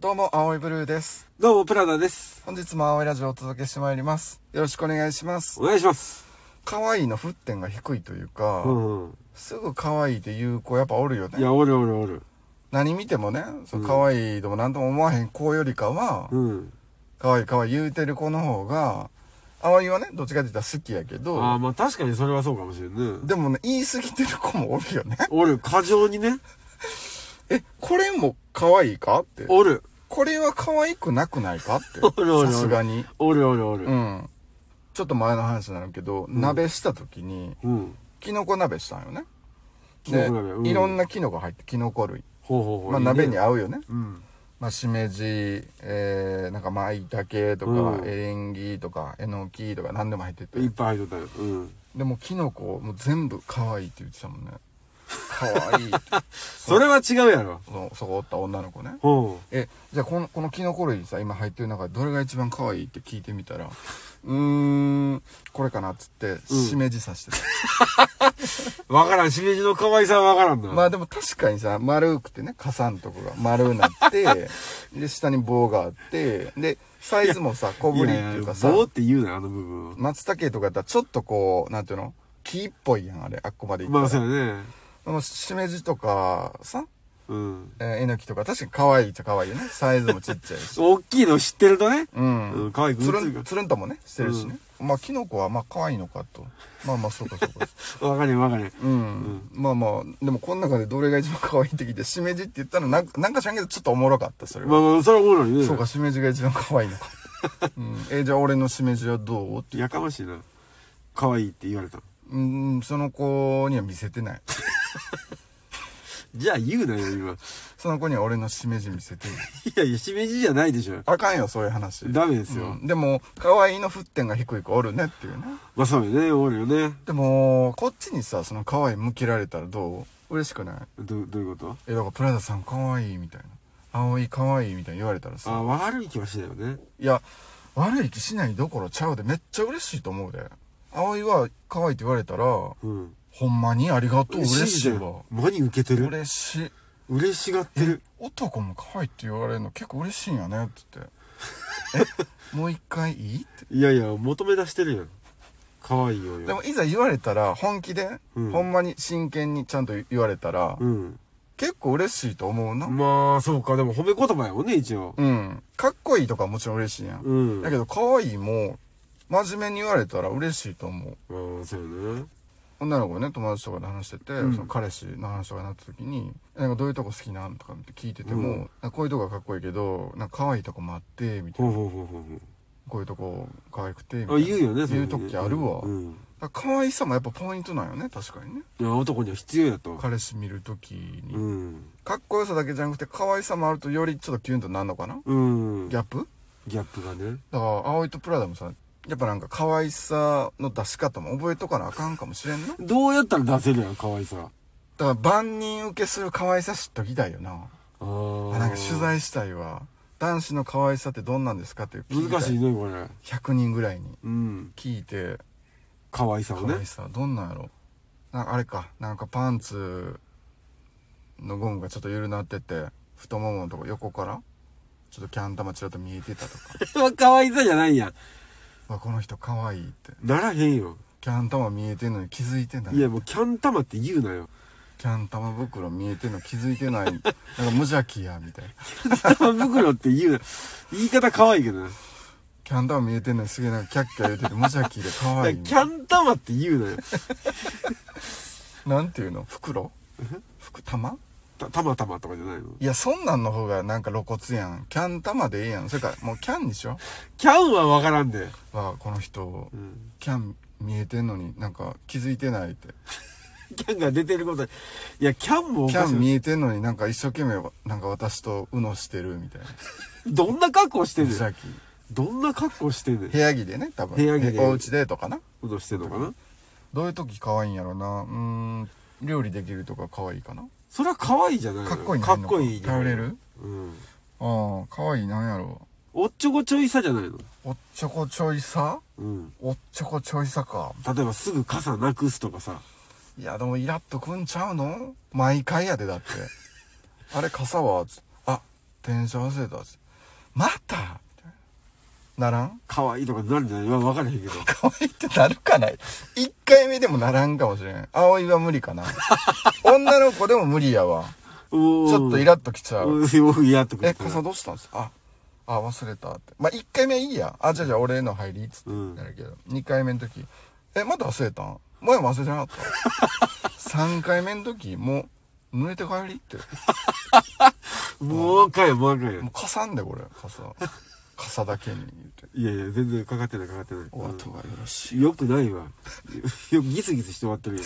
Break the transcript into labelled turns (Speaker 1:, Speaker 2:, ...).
Speaker 1: どうも、青いブルーです。
Speaker 2: どうも、プラダです。
Speaker 1: 本日も青いラジオをお届けしてまいります。よろしくお願いします
Speaker 2: お。願いします。
Speaker 1: 可愛いの沸点が低いというか、
Speaker 2: うん。
Speaker 1: すぐ可愛いって言う子やっぱおるよ
Speaker 2: い
Speaker 1: ね。
Speaker 2: や、おるおるおる。
Speaker 1: 何見てもね、そう
Speaker 2: うん
Speaker 1: 可愛いでも何とも思わへん子よりかは、
Speaker 2: うん。
Speaker 1: 可愛い可愛い言うてる子の方が、青いはね、どっちかって言ったら好きやけ
Speaker 2: ああ、
Speaker 1: ど、
Speaker 2: まあ確かにそれはそうかもしれんね。
Speaker 1: でもね、言い過ぎてる子もおるよね。
Speaker 2: おる、過剰にね。
Speaker 1: え、これも可愛いかって。
Speaker 2: おる。
Speaker 1: これは可愛くなくないかって。
Speaker 2: おるおるおる
Speaker 1: さすがに。
Speaker 2: おるおるお
Speaker 1: う
Speaker 2: る。
Speaker 1: ん。ちょっと前の話になるけど、
Speaker 2: ん
Speaker 1: 鍋した時に、
Speaker 2: うん。
Speaker 1: キノコ鍋したんよね。
Speaker 2: キノコ鍋うん
Speaker 1: いろんなキノコ入って、キノコ類。
Speaker 2: ほうほうほう。
Speaker 1: まあ、
Speaker 2: いいね
Speaker 1: 鍋に。合うよね。
Speaker 2: うん。
Speaker 1: まあ、しめじ、えー、なんか、まいたけとか、
Speaker 2: うん
Speaker 1: エリンギとか、えのきとか、何でも入ってて
Speaker 2: いっ。ぱい入っとったよ。うん。
Speaker 1: でも、キノコ、もう全部可愛いって言ってたもんね。可愛い って。
Speaker 2: それは違うやろ。
Speaker 1: その、そこおった女の子ね。
Speaker 2: ほ
Speaker 1: え、じゃあこの、このキノコ類さ、今入ってる中でどれが一番可愛いって聞いてみたら、うーん、これかなっつって、しめじさしてた。
Speaker 2: う。わからん。しめじの可愛さはわからんな。
Speaker 1: まあでも確かにさ、丸くてね、かさんとこが丸にな って、で、下に棒があって、で、サイズもさ、小
Speaker 2: い
Speaker 1: ぶりって
Speaker 2: や
Speaker 1: い
Speaker 2: いうや、
Speaker 1: かさ、
Speaker 2: 棒って言うな、あの部分。
Speaker 1: 松茸とかやったらちょっとこう、なんていうの木っぽいやん、あれ、あっこまで行
Speaker 2: まあ
Speaker 1: った
Speaker 2: そう
Speaker 1: ら。
Speaker 2: やね。
Speaker 1: でもしめじとかさ、
Speaker 2: うん。
Speaker 1: えーえのきとか、確かに可愛いっちゃ可愛いよね。サイズもちっちゃい し。
Speaker 2: 大きいの知ってるとね。
Speaker 1: う
Speaker 2: うんん、。可愛く
Speaker 1: つる
Speaker 2: 映るか
Speaker 1: ん、つるんともね、してるしね。まあ、キノコはまあ、可愛いのかと。まあまあ、そうかそうか。
Speaker 2: ら。わかんねんわかんねん。
Speaker 1: うん。まあまあ、でもこの中でどれが一番可愛いって聞いて、しめじって言ったのなんか、なんか知らんけど、ちょっとおもろかった、それは。
Speaker 2: まあまあ、それはおもろいね。
Speaker 1: そうか、。しめじが一番可愛いの か。うん、えじゃあ俺のしめじはどうって
Speaker 2: やかましいな。可愛いって言われた。
Speaker 1: うんその子には見せてない
Speaker 2: じゃあ言うなよ、今。
Speaker 1: その子には俺のしめじ見せてない
Speaker 2: いやいや、しめじじゃないでしょ。
Speaker 1: あかんよそういう話
Speaker 2: ダメですよ。
Speaker 1: うんでも可愛いの沸点が低い子おるねっていうね
Speaker 2: まあそうよね、おるよね。
Speaker 1: でもこっちにさその可愛い向けられたらどう嬉しくない
Speaker 2: どどういうこと
Speaker 1: えだからプラダさん可愛いみたいな葵可愛いみたいに言われたら
Speaker 2: あ
Speaker 1: さ
Speaker 2: 悪い気はしないよね。
Speaker 1: いや悪い気しないどころちゃうでめっちゃ嬉しいと思うで葵は可愛いって言われたら
Speaker 2: うん。
Speaker 1: ほんまにありがとう嬉しい
Speaker 2: じゃん
Speaker 1: わ
Speaker 2: マニ受けてる
Speaker 1: 嬉しい
Speaker 2: 嬉しがってる。
Speaker 1: 男も可愛いって言われるの結構嬉しいんやねって 言って「えもう一回いい?」って
Speaker 2: いやいや、求め出してるやん。可愛いよ。
Speaker 1: でも、いざ言われたら本気で、
Speaker 2: うん
Speaker 1: ほんまに真剣にちゃんと言われたら、
Speaker 2: うん。
Speaker 1: 結構嬉しいと思うな
Speaker 2: まあ、そうか。でも褒め言葉やもんね、一応。
Speaker 1: うんかっこいいとかもちろん嬉しいやん、
Speaker 2: うん。
Speaker 1: だけど可愛いも真面目に言われたら嬉しいと思う
Speaker 2: まあ、そうよね。
Speaker 1: 女の子ね友達とかで話してて、
Speaker 2: ん
Speaker 1: その彼氏の話とかになった時に「なんかどういうとこ好きなん?」とかって聞いてても、
Speaker 2: うん
Speaker 1: なんかこういうとこがかっこいいけどなんか可愛いとこもあってみたいな
Speaker 2: ほうほうほうほうほ。
Speaker 1: こういうとこ可愛くてみたいうな
Speaker 2: あ、言うよね、
Speaker 1: 言う
Speaker 2: その
Speaker 1: 時あるわ、
Speaker 2: うんうん。
Speaker 1: だから可愛さもやっぱポイントなんよね確かにね
Speaker 2: いや、男には必要やと。
Speaker 1: 彼氏見る時に、
Speaker 2: うん。
Speaker 1: かっこよさだけじゃなくて可愛さもあるとよりちょっとキュンとなるのかな
Speaker 2: うん。
Speaker 1: ギャップ
Speaker 2: ギャップがね。
Speaker 1: だから葵とプラダもさやっぱなんか可愛さの出し方も覚えとかなあかんかもしれんなだか
Speaker 2: どうやったら出せるやん、可愛さ。
Speaker 1: ら万人受けする可愛さ知っときたいよな
Speaker 2: あ
Speaker 1: あ
Speaker 2: ー
Speaker 1: なんか取材したいわ男子の可愛さってどんなんですかって聞いた
Speaker 2: 難しいねこれ
Speaker 1: 100人ぐらいに
Speaker 2: うん
Speaker 1: 聞いて
Speaker 2: 可愛さを
Speaker 1: 可
Speaker 2: ね
Speaker 1: 愛さどんなんやろなんかあれかなんかパンツのゴムがちょっと緩なってて太もものとこ横からちょっとキャン玉ちらっと見えてたとか
Speaker 2: それは可愛さじゃないやん
Speaker 1: わこの人可愛いって
Speaker 2: ならへんよ
Speaker 1: キャン玉見えてんのに気づいてない
Speaker 2: いやもうキャン玉って言うなよ
Speaker 1: キャン玉袋見えてんの気づいてないなんか無邪気やみたいな
Speaker 2: 玉袋って言うな言い方可愛いけどな
Speaker 1: キャン玉見えてんのにすげえなんかキャッキャ言うてて無邪気で可愛いみ
Speaker 2: キ
Speaker 1: た
Speaker 2: ャ
Speaker 1: い
Speaker 2: ン玉って言うなよ
Speaker 1: ななんていうの袋袋玉
Speaker 2: たたまたまとかじゃないの
Speaker 1: いやそんなんの方がなんか露骨やんキャン玉でええやんそれからもうキャンにしよ
Speaker 2: キャンは分からんで、
Speaker 1: うわあこの人
Speaker 2: うん、
Speaker 1: キャン見えてんのになんか気づいてないって
Speaker 2: キャンが出てることにいやキャンもお
Speaker 1: キ
Speaker 2: か
Speaker 1: ャ
Speaker 2: し
Speaker 1: ン
Speaker 2: い
Speaker 1: 見えてんのになんか一生懸命なんか私とうのしてるみたいな
Speaker 2: どんな格好してん
Speaker 1: 無
Speaker 2: ねん
Speaker 1: 邪気
Speaker 2: どんな格好してんねん
Speaker 1: 部屋着でね多分
Speaker 2: 部屋着で
Speaker 1: えお家でとかな
Speaker 2: ことしてんのかな
Speaker 1: どういう時可愛いんやろなうーん料理できるとか可愛いかな
Speaker 2: それは可愛いじゃないの
Speaker 1: かっこいい
Speaker 2: かっこいい
Speaker 1: 頼れる
Speaker 2: うん
Speaker 1: ああ可愛いなんやろ
Speaker 2: おっちょこちょいさじゃないの
Speaker 1: おっちょこちょいさ
Speaker 2: うん
Speaker 1: おっちょこちょいさか
Speaker 2: 例えばすぐ傘なくすとかさ
Speaker 1: いやでも イラッとくんちゃうの毎回やでだってあれ傘はつあ転車忘れたっつってまたみたいなならん
Speaker 2: 可愛いとかなんじゃないわからへんけど。
Speaker 1: 可愛いってなるかない一回目でもならんかもしれん葵は無理かな女の子でも無理やわ
Speaker 2: ち
Speaker 1: ちょっとイラッときちゃう
Speaker 2: うん、僕嫌とか言
Speaker 1: え
Speaker 2: ったら
Speaker 1: 傘どうしたんですかああ忘れたってまあ1回目はいいやあじゃあじゃあ俺の入りっつって
Speaker 2: うん
Speaker 1: なるけど、2回目の時えまだ忘れたん前も忘れてなかった 3回目の時もう濡れて帰りって
Speaker 2: もう一回、もう一回。
Speaker 1: もうかさんでこれ傘傘だけに言 って
Speaker 2: いやいや、全然かかってない、かかってない。
Speaker 1: お後がよろしい
Speaker 2: よくないわ。よくギスギスして終わってるよ。